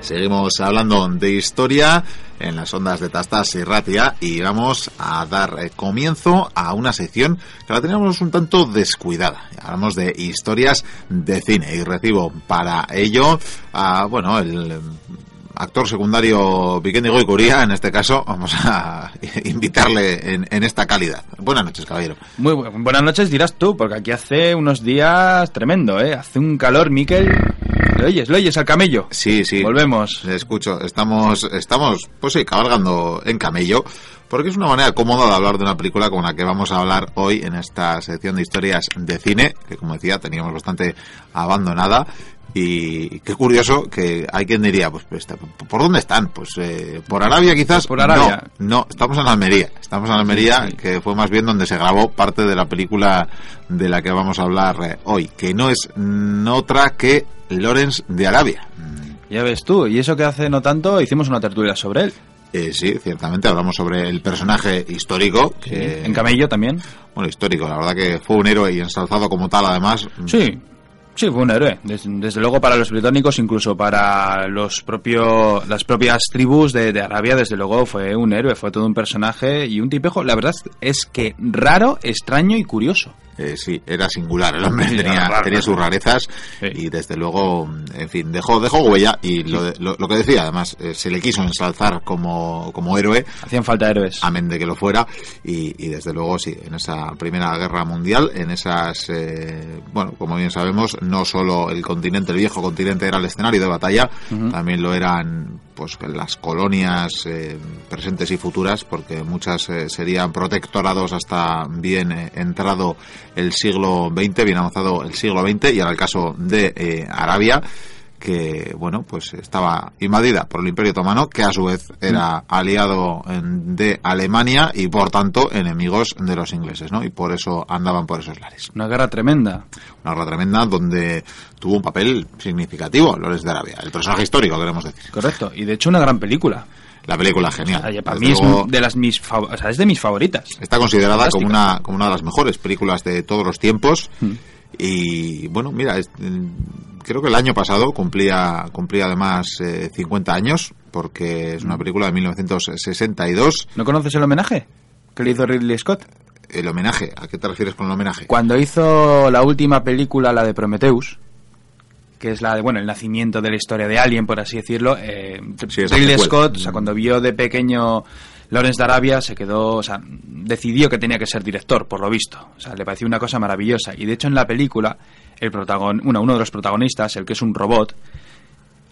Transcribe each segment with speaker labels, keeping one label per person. Speaker 1: Seguimos hablando de historia en las ondas de Tastas y Ratia y vamos a dar eh, comienzo a una sección que la teníamos un tanto descuidada. Hablamos de historias de cine y recibo para ello a, bueno, el eh, actor secundario Vicente Goycuría, en este caso, vamos a invitarle en, en esta calidad. Buenas noches, caballero.
Speaker 2: Muy bu- buenas noches, dirás tú, porque aquí hace unos días tremendo, ¿eh? Hace un calor, Miquel. ¿Lo oyes? ¿Lo oyes al camello?
Speaker 1: Sí, sí.
Speaker 2: Volvemos.
Speaker 1: Escucho, estamos, estamos, pues sí, cabalgando en camello, porque es una manera cómoda de hablar de una película con la que vamos a hablar hoy en esta sección de historias de cine, que como decía, teníamos bastante abandonada. Y qué curioso que hay quien diría, pues, pues, ¿por dónde están? Pues eh, por Arabia quizás.
Speaker 2: Pues Por Arabia.
Speaker 1: No, no, estamos en Almería. Estamos en Almería,
Speaker 2: Sí, sí.
Speaker 1: que fue más bien donde se grabó parte de la película de la que vamos a hablar eh, hoy, que no es mm, otra que Lawrence de Arabia. Mm,
Speaker 2: Ya ves tú, y eso que hace no tanto hicimos una tertulia sobre él.
Speaker 1: eh, sí, ciertamente hablamos sobre el personaje histórico. Que,
Speaker 2: Eh, En camello también.
Speaker 1: Bueno, histórico, la verdad que fue un héroe y ensalzado como tal, además. Mm,
Speaker 2: Sí, sí, fue un héroe. Des- Desde, luego para los británicos, incluso para los propio, las propias tribus de, de Arabia, desde luego fue un héroe, fue todo un personaje y un tipejo. La verdad es que raro, extraño y curioso.
Speaker 1: Eh, sí, era singular el hombre,
Speaker 2: Sí,
Speaker 1: tenía,
Speaker 2: era raro.
Speaker 1: tenía sus rarezas
Speaker 2: Sí.
Speaker 1: y desde luego, mm, en fin, dejó, dejó huella y lo, de- lo- lo que decía además, eh, se le quiso ensalzar como, como héroe,
Speaker 2: Hacían falta héroes.
Speaker 1: amén de que lo fuera, y, y desde luego sí, en esa Primera Guerra Mundial, en esas, eh, bueno, como bien sabemos, no solo el continente, el viejo continente era el escenario de batalla,
Speaker 2: Ujú.
Speaker 1: también lo eran pues las colonias eh, presentes y futuras, porque muchas eh, serían protectorados hasta bien eh, entrado el siglo XX, bien avanzado el siglo XX, y ahora el caso de eh, Arabia que bueno pues estaba invadida por el Imperio Otomano que a su vez era aliado eh, de Alemania y por tanto enemigos de los ingleses no y por eso andaban por esos lares
Speaker 2: Una guerra tremenda.
Speaker 1: una guerra tremenda donde tuvo un papel significativo Lores de Arabia el personaje histórico queremos decir
Speaker 2: Correcto, y de hecho una gran película.
Speaker 1: la película genial
Speaker 2: Oye, para
Speaker 1: Desde
Speaker 2: mí es
Speaker 1: luego,
Speaker 2: de las mis fav- o sea, es de mis favoritas.
Speaker 1: está considerada como
Speaker 2: fantástica.
Speaker 1: una como una de las mejores películas de todos los tiempos
Speaker 2: Mm.
Speaker 1: Y bueno, mira, es- mm, creo que el año pasado cumplía, cumplía además eh, 50 años, porque es una
Speaker 2: Mm.
Speaker 1: película de 1962.
Speaker 2: ¿No conoces el homenaje que le hizo Ridley Scott?
Speaker 1: El homenaje, ¿a qué te refieres con el homenaje?
Speaker 2: Cuando hizo la última película, la de Prometheus, que es la de, bueno, el nacimiento de la historia de Alien, por así decirlo, eh,
Speaker 1: Sí, es la secuela.
Speaker 2: Ridley
Speaker 1: Mm.
Speaker 2: Scott, o sea, cuando vio de pequeño Lawrence de Arabia, se quedó, o sea, decidió que tenía que ser director, por lo visto. O sea, le pareció una cosa maravillosa. Y de hecho, en la película, el protagon, bueno, uno de los protagonistas, el que es un robot,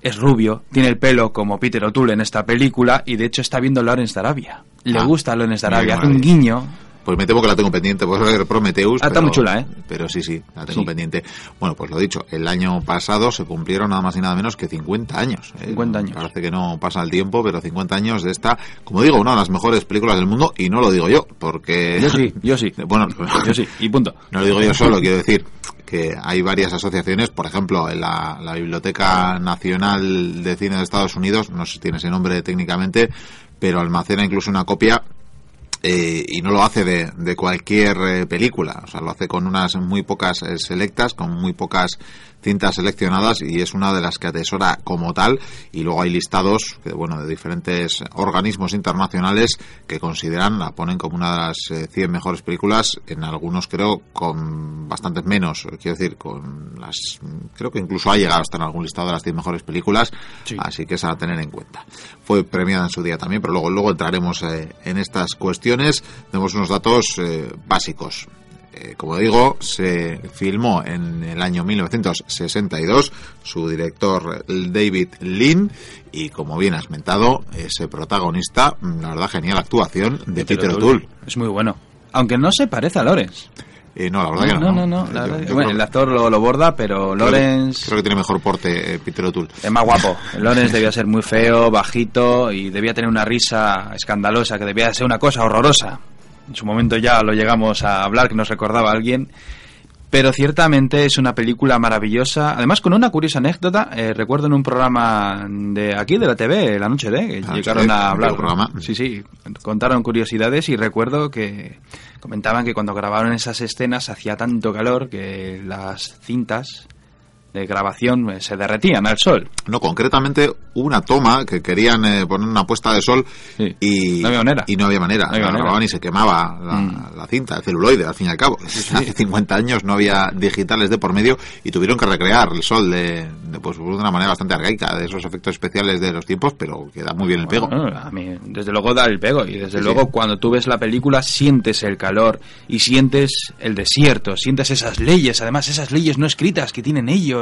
Speaker 2: es rubio, tiene el pelo como Peter O'Toole en esta película, y de hecho está viendo Lawrence de Arabia. Le
Speaker 1: Ah,
Speaker 2: gusta Lawrence de
Speaker 1: mira qué
Speaker 2: Arabia, hace un
Speaker 1: maravilla.
Speaker 2: guiño,
Speaker 1: Pues me temo que la tengo pendiente, pues ver Prometheus.
Speaker 2: Ah, está muy chula, ¿eh?
Speaker 1: Pero sí, sí, la tengo
Speaker 2: Sí.
Speaker 1: pendiente. Bueno, pues lo dicho, el año pasado se cumplieron nada más y nada menos que 50 años. ¿eh?
Speaker 2: 50 años.
Speaker 1: Parece que no pasa el tiempo, pero 50 años de esta, como digo, una de las mejores películas del mundo, y no lo digo yo, porque...
Speaker 2: Yo sí, yo sí.
Speaker 1: Bueno,
Speaker 2: Yo sí, y punto.
Speaker 1: No lo digo yo solo, quiero decir que hay varias asociaciones, por ejemplo, en la, la Biblioteca Nacional de Cine de Estados Unidos, no sé si tiene ese nombre técnicamente, pero almacena incluso una copia eh, y no lo hace de, de cualquier eh, película, o sea, lo hace con unas muy pocas eh, selectas, con muy pocas cintas seleccionadas y es una de las que atesora como tal y luego hay listados que, bueno, de diferentes organismos internacionales que consideran, la ponen como una de las eh, 100 mejores películas, en algunos creo con bastantes menos, quiero decir, con las creo que incluso ha llegado hasta en algún listado de las 10 mejores películas,
Speaker 2: Sí.
Speaker 1: así que es a tener en cuenta. Fue premiada en su día también, pero luego, luego entraremos eh, en estas cuestiones. Demos unos datos eh, básicos. Eh, como digo, se filmó en el año 1962 su director eh, David Lynn y como bien has mentado, ese protagonista, mm, la verdad genial actuación de Peter O'Toole.
Speaker 2: Es muy bueno. Aunque no se parece a Lorenz.
Speaker 1: Eh, no, la verdad que
Speaker 2: No,
Speaker 1: no.
Speaker 2: no, no. no,
Speaker 1: Eh,
Speaker 2: la
Speaker 1: yo-
Speaker 2: verdad
Speaker 1: yo
Speaker 2: que- bueno,
Speaker 1: creo-
Speaker 2: el actor lo, lo borda, pero
Speaker 1: creo que-
Speaker 2: Lorenz
Speaker 1: Creo que tiene mejor porte eh, Peter O'Toole.
Speaker 2: es más guapo. Lorenz debía ser muy feo, bajito y debía tener una risa escandalosa, que debía ser una cosa horrorosa. En su momento ya lo llegamos a hablar, que nos recordaba alguien. Pero ciertamente es una película maravillosa. Además, con una curiosa anécdota, eh, recuerdo en un programa de aquí, de la TV, la noche de, que
Speaker 1: La Noche
Speaker 2: llegaron
Speaker 1: D,
Speaker 2: a hablar.
Speaker 1: programa.
Speaker 2: Sí, sí, contaron curiosidades y recuerdo que comentaban que cuando grabaron esas escenas hacía tanto calor que las cintas de grabación eh, se derretían al sol.
Speaker 1: No, concretamente hubo una toma que querían eh, poner una puesta de sol
Speaker 2: Sí.
Speaker 1: y
Speaker 2: No había manera.
Speaker 1: y no había manera.
Speaker 2: No había
Speaker 1: la
Speaker 2: manera.
Speaker 1: grababan y se quemaba la,
Speaker 2: Mm.
Speaker 1: la cinta, el celuloide, al fin y al cabo. Hace 50 años no había digitales de por medio y tuvieron que recrear el sol de, de, pues, de una manera bastante arcaica, de esos efectos especiales de los tiempos, pero queda muy bien el pego.
Speaker 2: Bueno, a mí, desde luego da el pego. Y desde
Speaker 1: Ah. Sí,
Speaker 2: luego,
Speaker 1: sí.
Speaker 2: cuando tú ves la película, sientes el calor y sientes el desierto, sientes esas leyes, además, esas leyes no escritas que tienen ellos.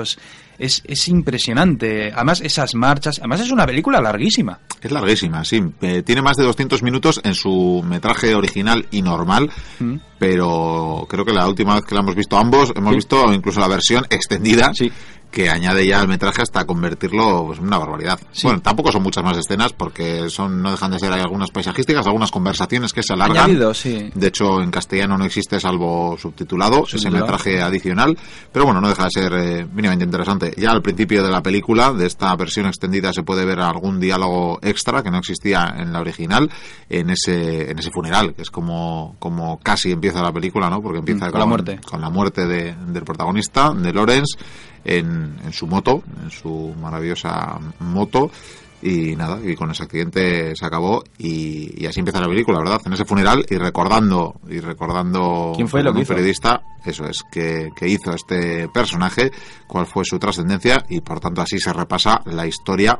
Speaker 2: Es, es impresionante. Además, esas marchas. Además, es una película larguísima.
Speaker 1: Es larguísima, sí. Eh, tiene más de 200 minutos en su metraje original y normal,
Speaker 2: Mm.
Speaker 1: pero creo que la última vez que la hemos visto ambos, hemos
Speaker 2: Sí.
Speaker 1: visto incluso la versión extendida.
Speaker 2: Ah, Sí.
Speaker 1: que añade ya el metraje hasta convertirlo pues, en una barbaridad.
Speaker 2: Sí.
Speaker 1: Bueno, tampoco son muchas más escenas porque son no dejan de ser hay algunas paisajísticas, algunas conversaciones que se alargan.
Speaker 2: Añadido, sí.
Speaker 1: De hecho, en castellano no existe salvo subtitulado, ese
Speaker 2: Subtitulado.
Speaker 1: metraje adicional, pero bueno, no deja de ser eh, mínimamente interesante. Ya al principio de la película, de esta versión extendida, se puede ver algún diálogo extra que no existía en la original, en ese, en ese funeral, que es como, como casi empieza la película, ¿no? Porque empieza
Speaker 2: Mm, con la muerte.
Speaker 1: con la muerte de- del protagonista, de Lawrence, en, en su moto, en su maravillosa moto. Y nada, y con ese accidente se acabó y, y así empieza la película, ¿verdad? En ese funeral y recordando, y recordando
Speaker 2: ¿Quién fue lo
Speaker 1: un
Speaker 2: que hizo?
Speaker 1: periodista, eso es, que, que hizo este personaje, cuál fue su trascendencia y por tanto así se repasa la historia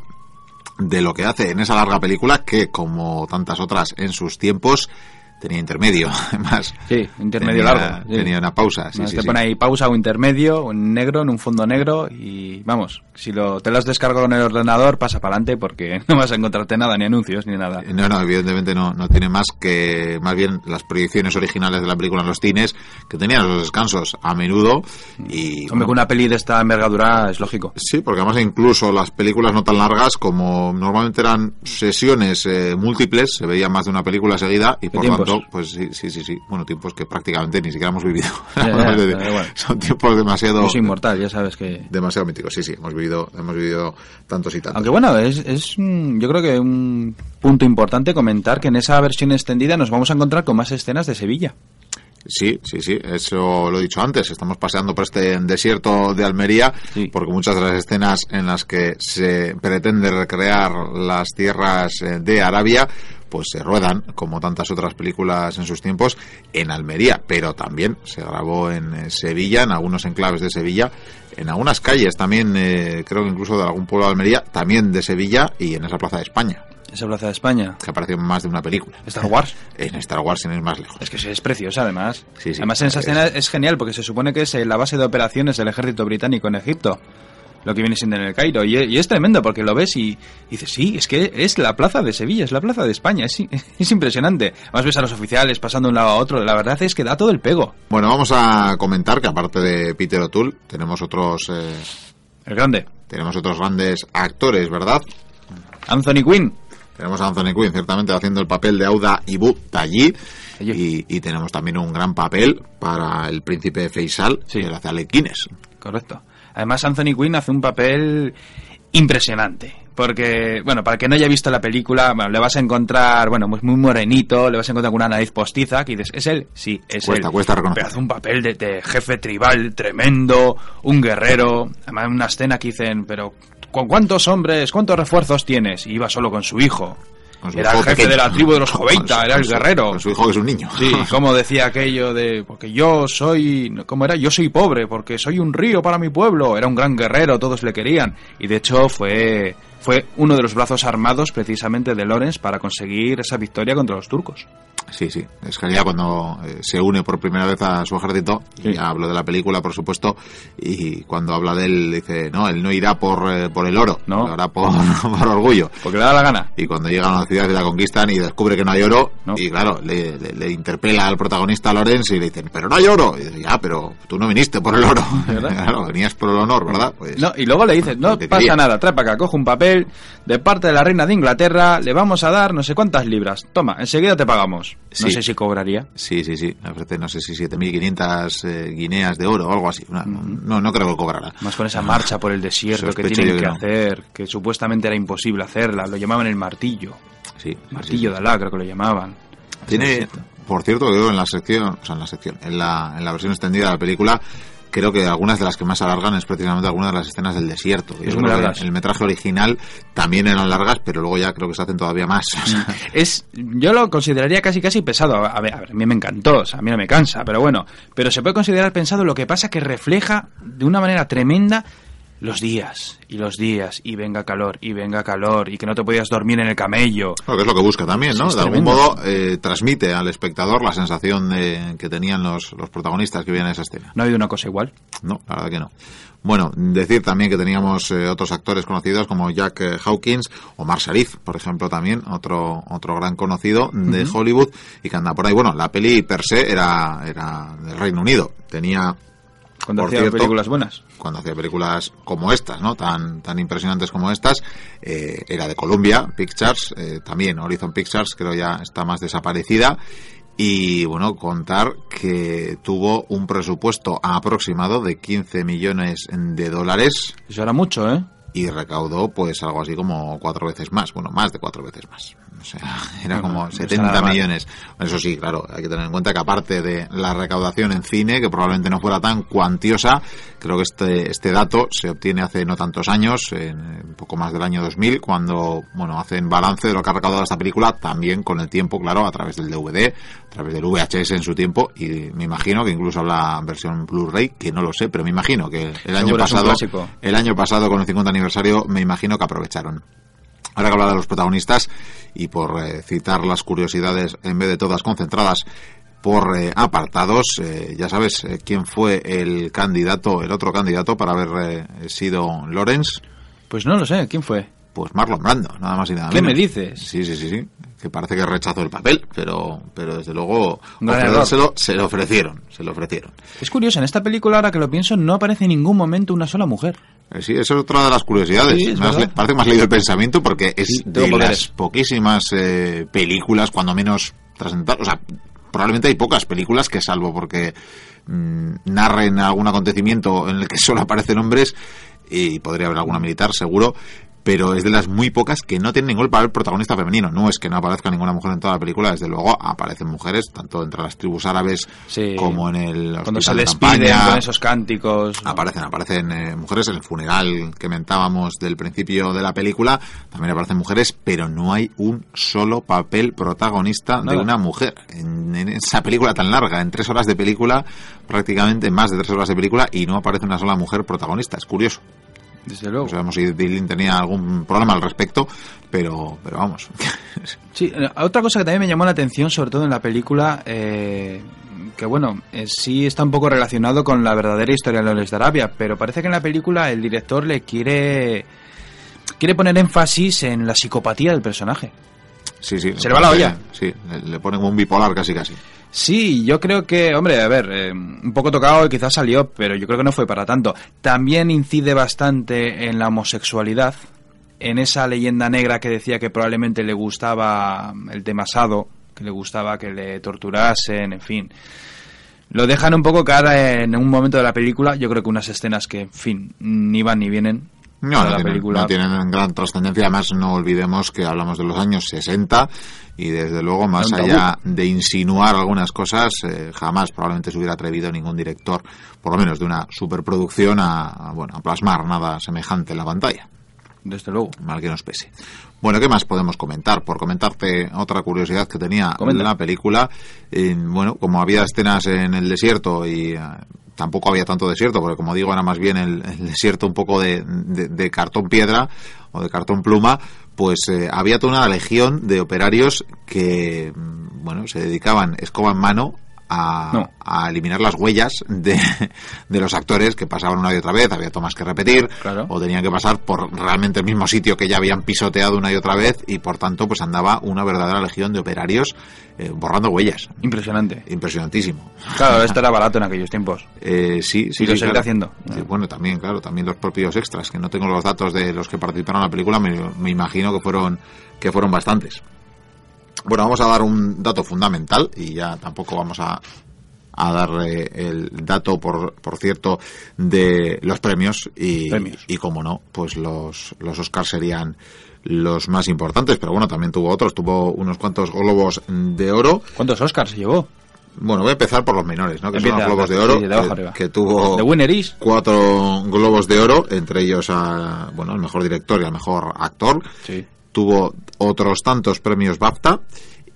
Speaker 1: de lo que hace en esa larga película que, como tantas otras en sus tiempos, tenía intermedio, además.
Speaker 2: Sí, intermedio
Speaker 1: Tenía-
Speaker 2: largo. sí.
Speaker 1: Tenía una pausa, sí,
Speaker 2: Además,
Speaker 1: sí,
Speaker 2: te
Speaker 1: sí.
Speaker 2: pone ahí pausa o intermedio, un negro en un fondo negro y vamos, si lo, te lo has descargado en el ordenador, pasa para adelante porque no vas a encontrarte nada, ni anuncios, ni nada.
Speaker 1: No, no, evidentemente no, no tiene más que, más bien, las proyecciones originales de la película en los cines, que tenían los descansos a menudo y...
Speaker 2: Hombre, con una peli de esta envergadura es lógico.
Speaker 1: Sí, porque además incluso las películas no tan largas como normalmente eran sesiones eh, múltiples, se veía más de una película seguida y por tanto,
Speaker 2: tiempos?
Speaker 1: pues sí, sí, sí, sí, bueno, tiempos que prácticamente ni siquiera hemos vivido.
Speaker 2: Ya, ya, Pues
Speaker 1: Es decir,
Speaker 2: da igual.
Speaker 1: Son tiempos demasiado,
Speaker 2: Es inmortal, ya sabes que...
Speaker 1: demasiado míticos, sí, sí, hemos vivido, hemos vivido tantos y tantos.
Speaker 2: Aunque bueno, es, es un- yo creo que un punto importante comentar que en esa versión extendida nos vamos a encontrar con más escenas de Sevilla.
Speaker 1: Sí, sí, sí, eso lo he dicho antes. Estamos paseando por este desierto de Almería,
Speaker 2: Sí.
Speaker 1: porque muchas de las escenas en las que se pretende recrear las tierras eh, de Arabia, pues se ruedan, como tantas otras películas en sus tiempos, en Almería, pero también se grabó en eh, Sevilla, en algunos enclaves de Sevilla, en algunas calles también, eh, creo que incluso de algún pueblo de Almería, también de Sevilla y en esa plaza de España,
Speaker 2: Esa plaza de España.
Speaker 1: que apareció en más de una película.
Speaker 2: Star Wars.
Speaker 1: En Star Wars, sin ir más lejos.
Speaker 2: Es que sí, es preciosa, además.
Speaker 1: Sí, sí.
Speaker 2: además, en esa
Speaker 1: Es-
Speaker 2: escena es genial porque se supone que es eh, la base de operaciones del ejército británico en Egipto. Lo que viene siendo en el Cairo. Y, e- y es tremendo porque lo ves y, y dices, sí, es que es la plaza de Sevilla, es la plaza de España. Es, i- es impresionante. Además, ves a los oficiales pasando de un lado a otro. La verdad es que da todo el pego.
Speaker 1: Bueno, vamos a comentar que aparte de Peter O'Toole tenemos otros eh,
Speaker 2: El grande.
Speaker 1: tenemos otros grandes actores, ¿verdad?
Speaker 2: Anthony Quinn.
Speaker 1: Tenemos a Anthony Quinn, ciertamente, haciendo el papel de Auda Ibu allí.
Speaker 2: Allí.
Speaker 1: Y, y tenemos también un gran papel para el príncipe Faisal,
Speaker 2: Sí.
Speaker 1: que lo hace Alec Guinness.
Speaker 2: Correcto. Además, Anthony Quinn hace un papel impresionante. Porque, bueno, para el que no haya visto la película, bueno, le vas a encontrar, bueno, muy, muy morenito, le vas a encontrar con una nariz postiza, que dices, ¿es él? Sí, es
Speaker 1: Cuesta,
Speaker 2: él.
Speaker 1: cuesta reconocer.
Speaker 2: Pero hace un papel de, de jefe tribal tremendo, un guerrero. Además, en una escena que dicen, pero ¿con cuántos hombres, cuántos refuerzos tienes? Y iba solo con su hijo.
Speaker 1: Con su
Speaker 2: Era el
Speaker 1: hijo
Speaker 2: jefe
Speaker 1: pequeño.
Speaker 2: de la tribu de los
Speaker 1: Con
Speaker 2: Joveita,
Speaker 1: su-
Speaker 2: era
Speaker 1: con
Speaker 2: el
Speaker 1: su-
Speaker 2: guerrero.
Speaker 1: Con su hijo que es un niño.
Speaker 2: Sí, como decía aquello de, porque yo soy, ¿cómo era? Yo soy pobre, porque soy un río para mi pueblo. Era un gran guerrero, todos le querían. Y de hecho fue, fue uno de los brazos armados precisamente de Lorenz para conseguir esa victoria contra los turcos.
Speaker 1: Sí, sí. Es genial cuando eh, se une por primera vez a su ejército.
Speaker 2: Sí.
Speaker 1: Ya hablo de la película, por supuesto. Y cuando habla de él, dice: No, él no irá por, eh, por el oro,
Speaker 2: No.
Speaker 1: lo hará por, por orgullo.
Speaker 2: Porque le da la gana.
Speaker 1: Y cuando llegan a la ciudad y la conquistan y descubre que no hay oro,
Speaker 2: No.
Speaker 1: y claro, le, le- le interpela al protagonista Lorenz y le dicen: Pero no hay oro. Y dice: Ya, pero tú no viniste por el oro.
Speaker 2: ¿Verdad?
Speaker 1: claro, venías por el honor, ¿verdad? Pues,
Speaker 2: No, y luego le dices, no
Speaker 1: Lo que
Speaker 2: pasa
Speaker 1: quería.
Speaker 2: nada, trae para acá, coge un papel de parte de la reina de Inglaterra, le vamos a dar no sé cuántas libras. Toma, enseguida te pagamos. No
Speaker 1: Sí.
Speaker 2: sé si cobraría.
Speaker 1: Sí, sí, sí. Me ofrece, no sé si 7.500 eh, guineas de oro o algo así. Una- No, no creo que cobrará.
Speaker 2: Más con esa marcha por el desierto que
Speaker 1: Ah, Sospecho yo
Speaker 2: tienen
Speaker 1: que
Speaker 2: que
Speaker 1: no.
Speaker 2: hacer, que supuestamente era imposible hacerla, lo llamaban el martillo.
Speaker 1: Sí, sí, sí.
Speaker 2: Martillo de Alá, creo que lo llamaban.
Speaker 1: Tiene,
Speaker 2: Sí,
Speaker 1: por cierto, creo en la sección, o sea, en la sección, en la, en la versión extendida de la película, creo que algunas de las que más alargan es precisamente algunas de las escenas del desierto.
Speaker 2: Es
Speaker 1: Yo creo
Speaker 2: muy
Speaker 1: que
Speaker 2: largas.
Speaker 1: el metraje original también eran largas, pero luego ya creo que se hacen todavía más. O sea,
Speaker 2: Es, yo lo consideraría casi casi pesado. A ver, a ver, a mí me encantó, o sea, a mí no me cansa, pero bueno. Pero se puede considerar pensado lo que pasa que refleja de una manera tremenda los días, y los días, y venga calor, y venga calor, y que no te podías dormir en el camello.
Speaker 1: Claro, que es lo que busca también,
Speaker 2: Sí,
Speaker 1: ¿no?
Speaker 2: es
Speaker 1: de algún
Speaker 2: tremendo.
Speaker 1: modo eh, transmite al espectador la sensación de- que tenían los, los protagonistas que veían esa escena.
Speaker 2: No ha habido una cosa igual.
Speaker 1: No, la verdad que no. Bueno, decir también que teníamos eh, otros actores conocidos como Jack eh, Hawkins o Omar Sharif, por ejemplo, también, otro, otro gran conocido de Hollywood y que anda por ahí. Bueno, la peli per se era, era del Reino Unido. Tenía
Speaker 2: Cuando
Speaker 1: Por
Speaker 2: hacía
Speaker 1: cierto-
Speaker 2: películas buenas.
Speaker 1: cuando hacía películas como estas, ¿no? Tan, tan impresionantes como estas, eh, era de Columbia Pictures, eh, también Horizon Pictures, creo ya está más desaparecida. Y bueno, contar que tuvo un presupuesto aproximado de 15 millones de dólares
Speaker 2: Eso era mucho, ¿eh?
Speaker 1: y recaudó pues algo así como cuatro veces más, bueno, más de cuatro veces más. O sea, era
Speaker 2: Bueno,
Speaker 1: como
Speaker 2: no está
Speaker 1: 70
Speaker 2: nada mal.
Speaker 1: millones. Eso sí, claro, hay que tener en cuenta que aparte de la recaudación en cine, que probablemente no fuera tan cuantiosa, creo que este, este dato se obtiene hace no tantos años, en un poco más del año 2000, cuando, bueno, hacen balance de lo que ha recaudado esta película, también con el tiempo, claro, a través del DVD, a través del VHS en su tiempo, y me imagino que incluso la versión Blu-ray, que no lo sé, pero me imagino que el año
Speaker 2: Seguro, es un
Speaker 1: pasado...
Speaker 2: clásico.
Speaker 1: El año pasado, con el 50 aniversario, me imagino que aprovecharon. Ahora que hablaba de los protagonistas, y por eh, citar las curiosidades, en vez de todas concentradas por eh, apartados, eh, ya sabes eh, quién fue el candidato, el otro candidato para haber eh, sido Lorenz,
Speaker 2: Pues no lo sé, ¿quién fue?
Speaker 1: pues Marlon Brando, nada más y nada
Speaker 2: ¿Qué
Speaker 1: menos.
Speaker 2: me dices?
Speaker 1: Sí, sí, sí, sí. Que parece que rechazó el papel, pero, pero desde luego
Speaker 2: Un gran
Speaker 1: ofrecérselo, se lo ofrecieron, se lo ofrecieron.
Speaker 2: Es curioso, en esta película, ahora que lo pienso, no aparece en ningún momento una sola mujer.
Speaker 1: Eh, Sí, eso es otra de las curiosidades.
Speaker 2: Sí, es
Speaker 1: Me has
Speaker 2: verdad.
Speaker 1: le- parece que me has leído el pensamiento porque es
Speaker 2: Sí, tengo
Speaker 1: de las
Speaker 2: poderes.
Speaker 1: poquísimas eh, películas, cuando menos trascendentales. O sea, probablemente hay pocas películas que, salvo porque mm, narren algún acontecimiento en el que solo aparecen hombres, y podría haber alguna militar, seguro. Pero es de las muy pocas que no tienen ningún papel protagonista femenino. No es que no aparezca ninguna mujer en toda la película, desde luego aparecen mujeres, tanto entre las tribus árabes
Speaker 2: Sí.
Speaker 1: como en el
Speaker 2: Cuando se
Speaker 1: hospital de
Speaker 2: despiden
Speaker 1: campaña.
Speaker 2: con esos cánticos.
Speaker 1: Aparecen, aparecen eh, mujeres en el funeral que mentábamos del principio de la película, también aparecen mujeres, pero no hay un solo papel protagonista de
Speaker 2: Nada.
Speaker 1: una mujer en, en esa película tan larga, en tres horas de película, prácticamente más de tres horas de película, y no aparece una sola mujer protagonista, es curioso.
Speaker 2: Desde luego.
Speaker 1: No sabemos si Dylan tenía algún problema al respecto, pero, pero vamos.
Speaker 2: Sí, eh, otra cosa que también me llamó la atención, sobre todo en la película, eh, que bueno, eh, sí está un poco relacionado con la verdadera historia de Lawrence de Arabia, pero parece que en la película el director le quiere quiere poner énfasis en la psicopatía del personaje.
Speaker 1: Sí, sí.
Speaker 2: Se le va la olla.
Speaker 1: Sí, le, le ponen un bipolar casi casi.
Speaker 2: Sí, yo creo que, hombre, a ver, eh, un poco tocado y quizás salió, pero yo creo que no fue para tanto. También incide bastante en la homosexualidad, en esa leyenda negra que decía que probablemente le gustaba el tema asado, que le gustaba que le torturasen, en fin. Lo dejan un poco cara en un momento de la película, yo creo que unas escenas que, en fin, ni van ni vienen.
Speaker 1: No,
Speaker 2: a
Speaker 1: no
Speaker 2: la
Speaker 1: tienen,
Speaker 2: película.
Speaker 1: no tienen gran trascendencia. Además, no olvidemos que hablamos de los años 60 y, desde luego, más
Speaker 2: Era un
Speaker 1: allá de insinuar algunas cosas, eh, jamás probablemente se hubiera atrevido ningún director, por lo menos de una superproducción, a, a, bueno, a plasmar nada semejante en la pantalla.
Speaker 2: Desde luego.
Speaker 1: Mal que nos pese. Bueno, ¿qué más podemos comentar? Por comentarte otra curiosidad que tenía
Speaker 2: Comenta.
Speaker 1: la película, eh, bueno, como había escenas en el desierto y eh, tampoco había tanto desierto, porque como digo, era más bien el, el desierto un poco de, de- de cartón piedra o de cartón pluma, pues eh, había toda una legión de operarios que, mm, bueno, se dedicaban escoba en mano a,
Speaker 2: No.
Speaker 1: a eliminar las huellas de, de los actores que pasaban una y otra vez, había tomas que repetir,
Speaker 2: Claro.
Speaker 1: o tenían que pasar por realmente el mismo sitio que ya habían pisoteado una y otra vez y por tanto pues andaba una verdadera legión de operarios eh, borrando huellas.
Speaker 2: Impresionante.
Speaker 1: Impresionantísimo.
Speaker 2: Claro, esto era barato en aquellos tiempos.
Speaker 1: Eh, sí, sí,
Speaker 2: Y lo
Speaker 1: sí,
Speaker 2: seguirá
Speaker 1: claro.
Speaker 2: haciendo.
Speaker 1: Sí, bueno, también, claro, también los propios extras, que no tengo los datos de los que participaron en la película, me, me imagino que fueron, que fueron bastantes. Bueno, vamos a dar un dato fundamental y ya tampoco vamos a, a dar eh, el dato, por, por cierto, de los premios y,
Speaker 2: Premios.
Speaker 1: y como no, pues los, los Oscars serían los más importantes, pero bueno, también tuvo otros, tuvo unos cuantos globos de oro.
Speaker 2: ¿Cuántos Oscars se llevó?
Speaker 1: Bueno, voy a empezar por los menores, ¿no? Que son los
Speaker 2: Empieza,
Speaker 1: globos de
Speaker 2: sí,
Speaker 1: oro.
Speaker 2: de abajo
Speaker 1: que-
Speaker 2: arriba.
Speaker 1: que tuvo
Speaker 2: The winner is-
Speaker 1: cuatro globos de oro, entre ellos a, bueno, al mejor director y al mejor actor.
Speaker 2: Sí.
Speaker 1: Tuvo otros tantos premios BAFTA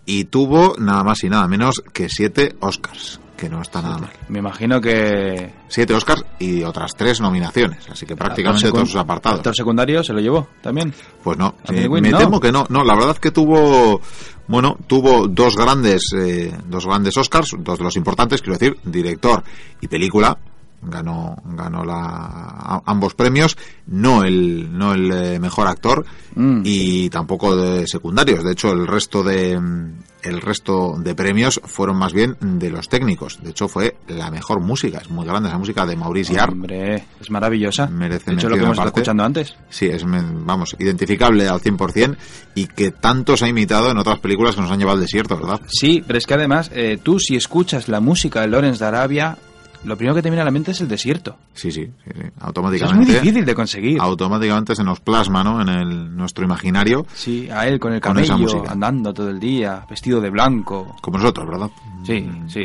Speaker 1: y tuvo nada más y nada menos que siete Oscars, que no está nada mal.
Speaker 2: Me imagino que.
Speaker 1: Siete Oscars y otras tres nominaciones, así que prácticamente
Speaker 2: actor secu-
Speaker 1: todos sus apartados.
Speaker 2: Actor secundario se lo llevó también.
Speaker 1: Pues no,
Speaker 2: ¿A
Speaker 1: eh,
Speaker 2: Penny Wynn
Speaker 1: me
Speaker 2: no?
Speaker 1: temo que no. No, la verdad que tuvo, bueno, tuvo dos grandes, eh, dos grandes Oscars, dos de los importantes, quiero decir, director y película. Ganó, ganó la, a- ambos premios, no el, no el eh, mejor actor
Speaker 2: Mm.
Speaker 1: y tampoco de secundarios. De hecho, el resto de, mm, el resto de premios fueron más bien de los técnicos. De hecho, fue la mejor música. Es muy grande esa música de Maurice Jarre.
Speaker 2: Hombre, es maravillosa.
Speaker 1: Merece
Speaker 2: de hecho,
Speaker 1: mención
Speaker 2: lo que hemos estado
Speaker 1: aparte.
Speaker 2: escuchando antes.
Speaker 1: Sí, es, men- vamos, identificable al 100% y que tanto se ha imitado en otras películas que nos han llevado al desierto, ¿verdad?
Speaker 2: Sí, pero es que además, eh, tú si escuchas la música de Lawrence de Arabia, lo primero que te viene a la mente es el desierto.
Speaker 1: Sí, sí, sí, sí.
Speaker 2: Eso es muy
Speaker 1: Automáticamente,
Speaker 2: difícil de conseguir.
Speaker 1: automáticamente se nos plasma, ¿no? En el, nuestro imaginario,
Speaker 2: Sí, a él con el
Speaker 1: Con esa
Speaker 2: camello,
Speaker 1: música.
Speaker 2: andando todo el día, vestido de blanco.
Speaker 1: como nosotros, ¿verdad?
Speaker 2: Sí, sí.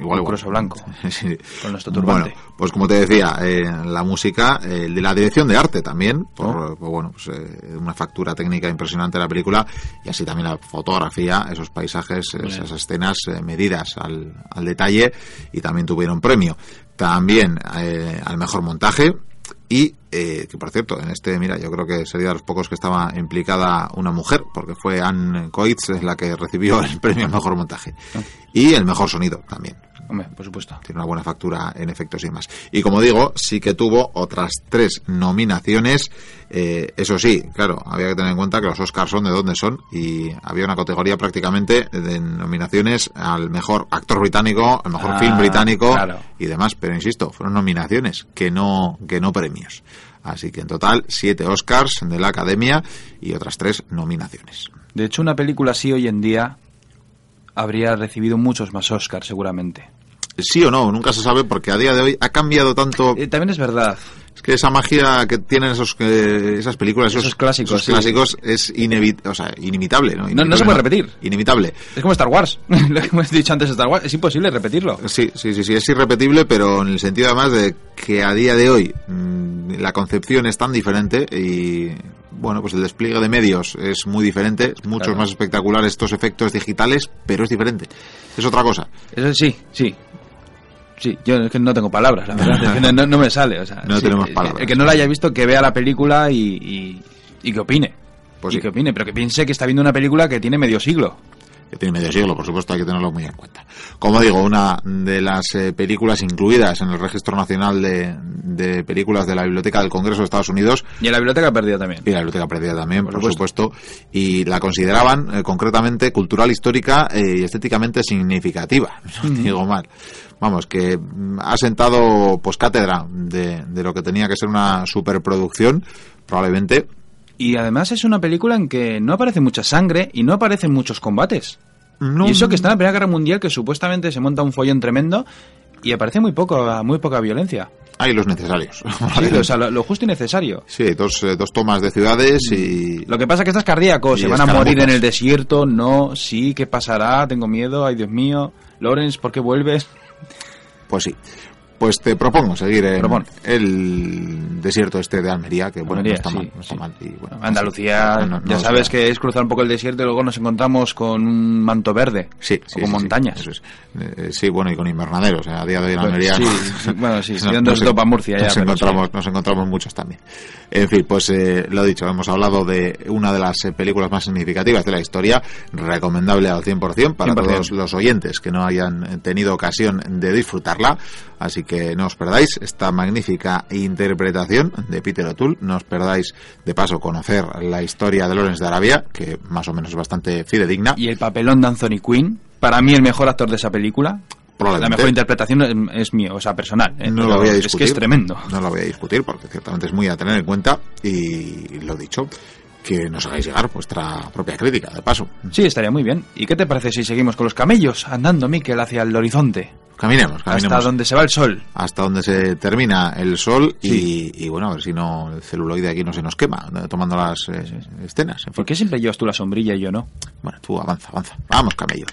Speaker 1: Igual, Mm.
Speaker 2: Un
Speaker 1: igual.
Speaker 2: Curso blanco.
Speaker 1: Sí.
Speaker 2: Con nuestro turbante.
Speaker 1: Bueno, pues como te decía, eh, la música, eh, de la dirección de arte también, por, por, bueno, pues, eh, una factura técnica impresionante de la película y así también la fotografía, esos paisajes, esas escenas eh, medidas al, al detalle y también tuvieron premio. También eh, al mejor montaje y eh, que por cierto, en este, mira, yo creo que sería de los pocos que estaba implicada una mujer, porque fue Anne Coitz la que recibió el premio al mejor montaje
Speaker 2: Ah.
Speaker 1: y el mejor sonido también
Speaker 2: Hombre, por supuesto.
Speaker 1: tiene una buena factura en efectos y demás. Y como digo, sí que tuvo otras tres nominaciones. Eh, eso sí, claro, había que tener en cuenta que los Oscars son de dónde son y había una categoría prácticamente de nominaciones al mejor actor británico, al mejor
Speaker 2: Ah,
Speaker 1: film británico
Speaker 2: claro.
Speaker 1: y demás. Pero insisto, fueron nominaciones que no que no premios. Así que en total siete Oscars de la Academia y otras tres nominaciones.
Speaker 2: De hecho, una película así hoy en día habría recibido muchos más Oscars, seguramente.
Speaker 1: Sí o no, nunca se sabe porque a día de hoy ha cambiado tanto
Speaker 2: Eh, también es verdad.
Speaker 1: Es que esa magia que tienen esos eh, esas películas, esos,
Speaker 2: Esos clásicos,
Speaker 1: esos
Speaker 2: sí.
Speaker 1: clásicos es inevit o sea, inimitable, ¿no?
Speaker 2: no se
Speaker 1: Inimitable,
Speaker 2: puede repetir.
Speaker 1: Inimitable.
Speaker 2: Es como Star Wars. lo que hemos dicho antes de Star Wars. Es imposible repetirlo.
Speaker 1: Sí, sí, sí, sí, es irrepetible, pero en el sentido además de que a día de hoy mm, la concepción es tan diferente y bueno, pues el despliegue de medios es muy diferente, es mucho
Speaker 2: Claro.
Speaker 1: más espectacular estos efectos digitales, pero es diferente. Es otra cosa.
Speaker 2: Eso sí, sí. Sí, yo es que no tengo palabras, la verdad. es que no, no- no me sale. O sea,
Speaker 1: No
Speaker 2: sí,
Speaker 1: tenemos
Speaker 2: el que-
Speaker 1: palabras.
Speaker 2: El que no la haya visto, que vea la película y, y, y que opine.
Speaker 1: Pues
Speaker 2: y
Speaker 1: sí.
Speaker 2: que opine, pero que piense que está viendo una película que tiene medio siglo.
Speaker 1: que tiene medio siglo, por supuesto, hay que tenerlo muy en cuenta. Como digo, una de las eh, películas incluidas en el Registro Nacional de, de Películas de la Biblioteca del Congreso de Estados Unidos
Speaker 2: Y en la biblioteca perdida también.
Speaker 1: y la Biblioteca Perdida también, por,
Speaker 2: Por
Speaker 1: supuesto. y la consideraban eh, concretamente cultural, histórica eh, y estéticamente significativa, no
Speaker 2: Mm.
Speaker 1: digo mal. Vamos, que mm, ha sentado pues cátedra de, de lo que tenía que ser una superproducción, probablemente.
Speaker 2: Y además es una película en que no aparece mucha sangre y no aparecen muchos combates.
Speaker 1: No-
Speaker 2: Y eso que está en la Primera Guerra Mundial, que supuestamente se monta un follón tremendo y aparece muy, poco, muy poca violencia.
Speaker 1: Hay los necesarios.
Speaker 2: Sí, o sea, lo, lo justo y necesario.
Speaker 1: Sí, dos, eh, dos tomas de ciudades y...
Speaker 2: Mm. Lo que pasa es que estás cardíaco,
Speaker 1: Y
Speaker 2: se van a morir
Speaker 1: escaramuzas.
Speaker 2: en el desierto, no, sí, ¿qué pasará? Tengo miedo, ay Dios mío. Lawrence, ¿por qué vuelves?
Speaker 1: Pues sí. Pues te propongo seguir en
Speaker 2: Propon.
Speaker 1: el desierto este de Almería, que bueno,
Speaker 2: Almería,
Speaker 1: no está
Speaker 2: sí,
Speaker 1: mal, no está
Speaker 2: sí.
Speaker 1: mal. Y, bueno,
Speaker 2: Andalucía,
Speaker 1: no, no, no,
Speaker 2: ya
Speaker 1: o
Speaker 2: sabes
Speaker 1: sea,
Speaker 2: que es cruzar un poco el desierto y luego nos encontramos con un manto verde.
Speaker 1: Sí,
Speaker 2: o
Speaker 1: sí,
Speaker 2: con
Speaker 1: sí, sí,
Speaker 2: montañas.
Speaker 1: eso es. Eh, eh, sí, bueno, y con invernaderos. eh, A día de hoy en
Speaker 2: Bueno,
Speaker 1: Almería.
Speaker 2: sí, sí, bueno, sí, sí, donde se topa Murcia ya,
Speaker 1: Nos
Speaker 2: pero
Speaker 1: encontramos, nos encontramos muchos también. En fin, pues eh, lo dicho, hemos hablado de una de las eh, películas más significativas de la historia, recomendable al 100% para
Speaker 2: 100%.
Speaker 1: todos los oyentes que no hayan tenido ocasión de disfrutarla. Así que no os perdáis esta magnífica interpretación de Peter O'Toole. No os perdáis, de paso, conocer la historia de Lawrence de Arabia, que más o menos es bastante fidedigna.
Speaker 2: Y el papelón de Anthony Quinn, para mí el mejor actor de esa película. La
Speaker 1: Probablemente.
Speaker 2: mejor interpretación es, es mío, o sea, personal. ¿eh?
Speaker 1: No
Speaker 2: Pero
Speaker 1: lo voy a discutir.
Speaker 2: Es que es tremendo.
Speaker 1: No lo voy a discutir porque ciertamente es muy a tener en cuenta y lo dicho, que nos hagáis llegar vuestra propia crítica, de paso.
Speaker 2: Sí, estaría muy bien. ¿Y qué te parece si seguimos con los camellos andando, Miquel, hacia el horizonte?
Speaker 1: Caminemos, caminemos.
Speaker 2: Hasta donde se va el sol.
Speaker 1: Hasta donde se termina el sol y-
Speaker 2: Sí.
Speaker 1: y, bueno, a ver si no el celuloide aquí no se nos quema eh, tomando las eh, escenas. En fin.
Speaker 2: ¿Por qué siempre llevas tú la sombrilla y yo no?
Speaker 1: Bueno, tú avanza, avanza. Vamos, camello.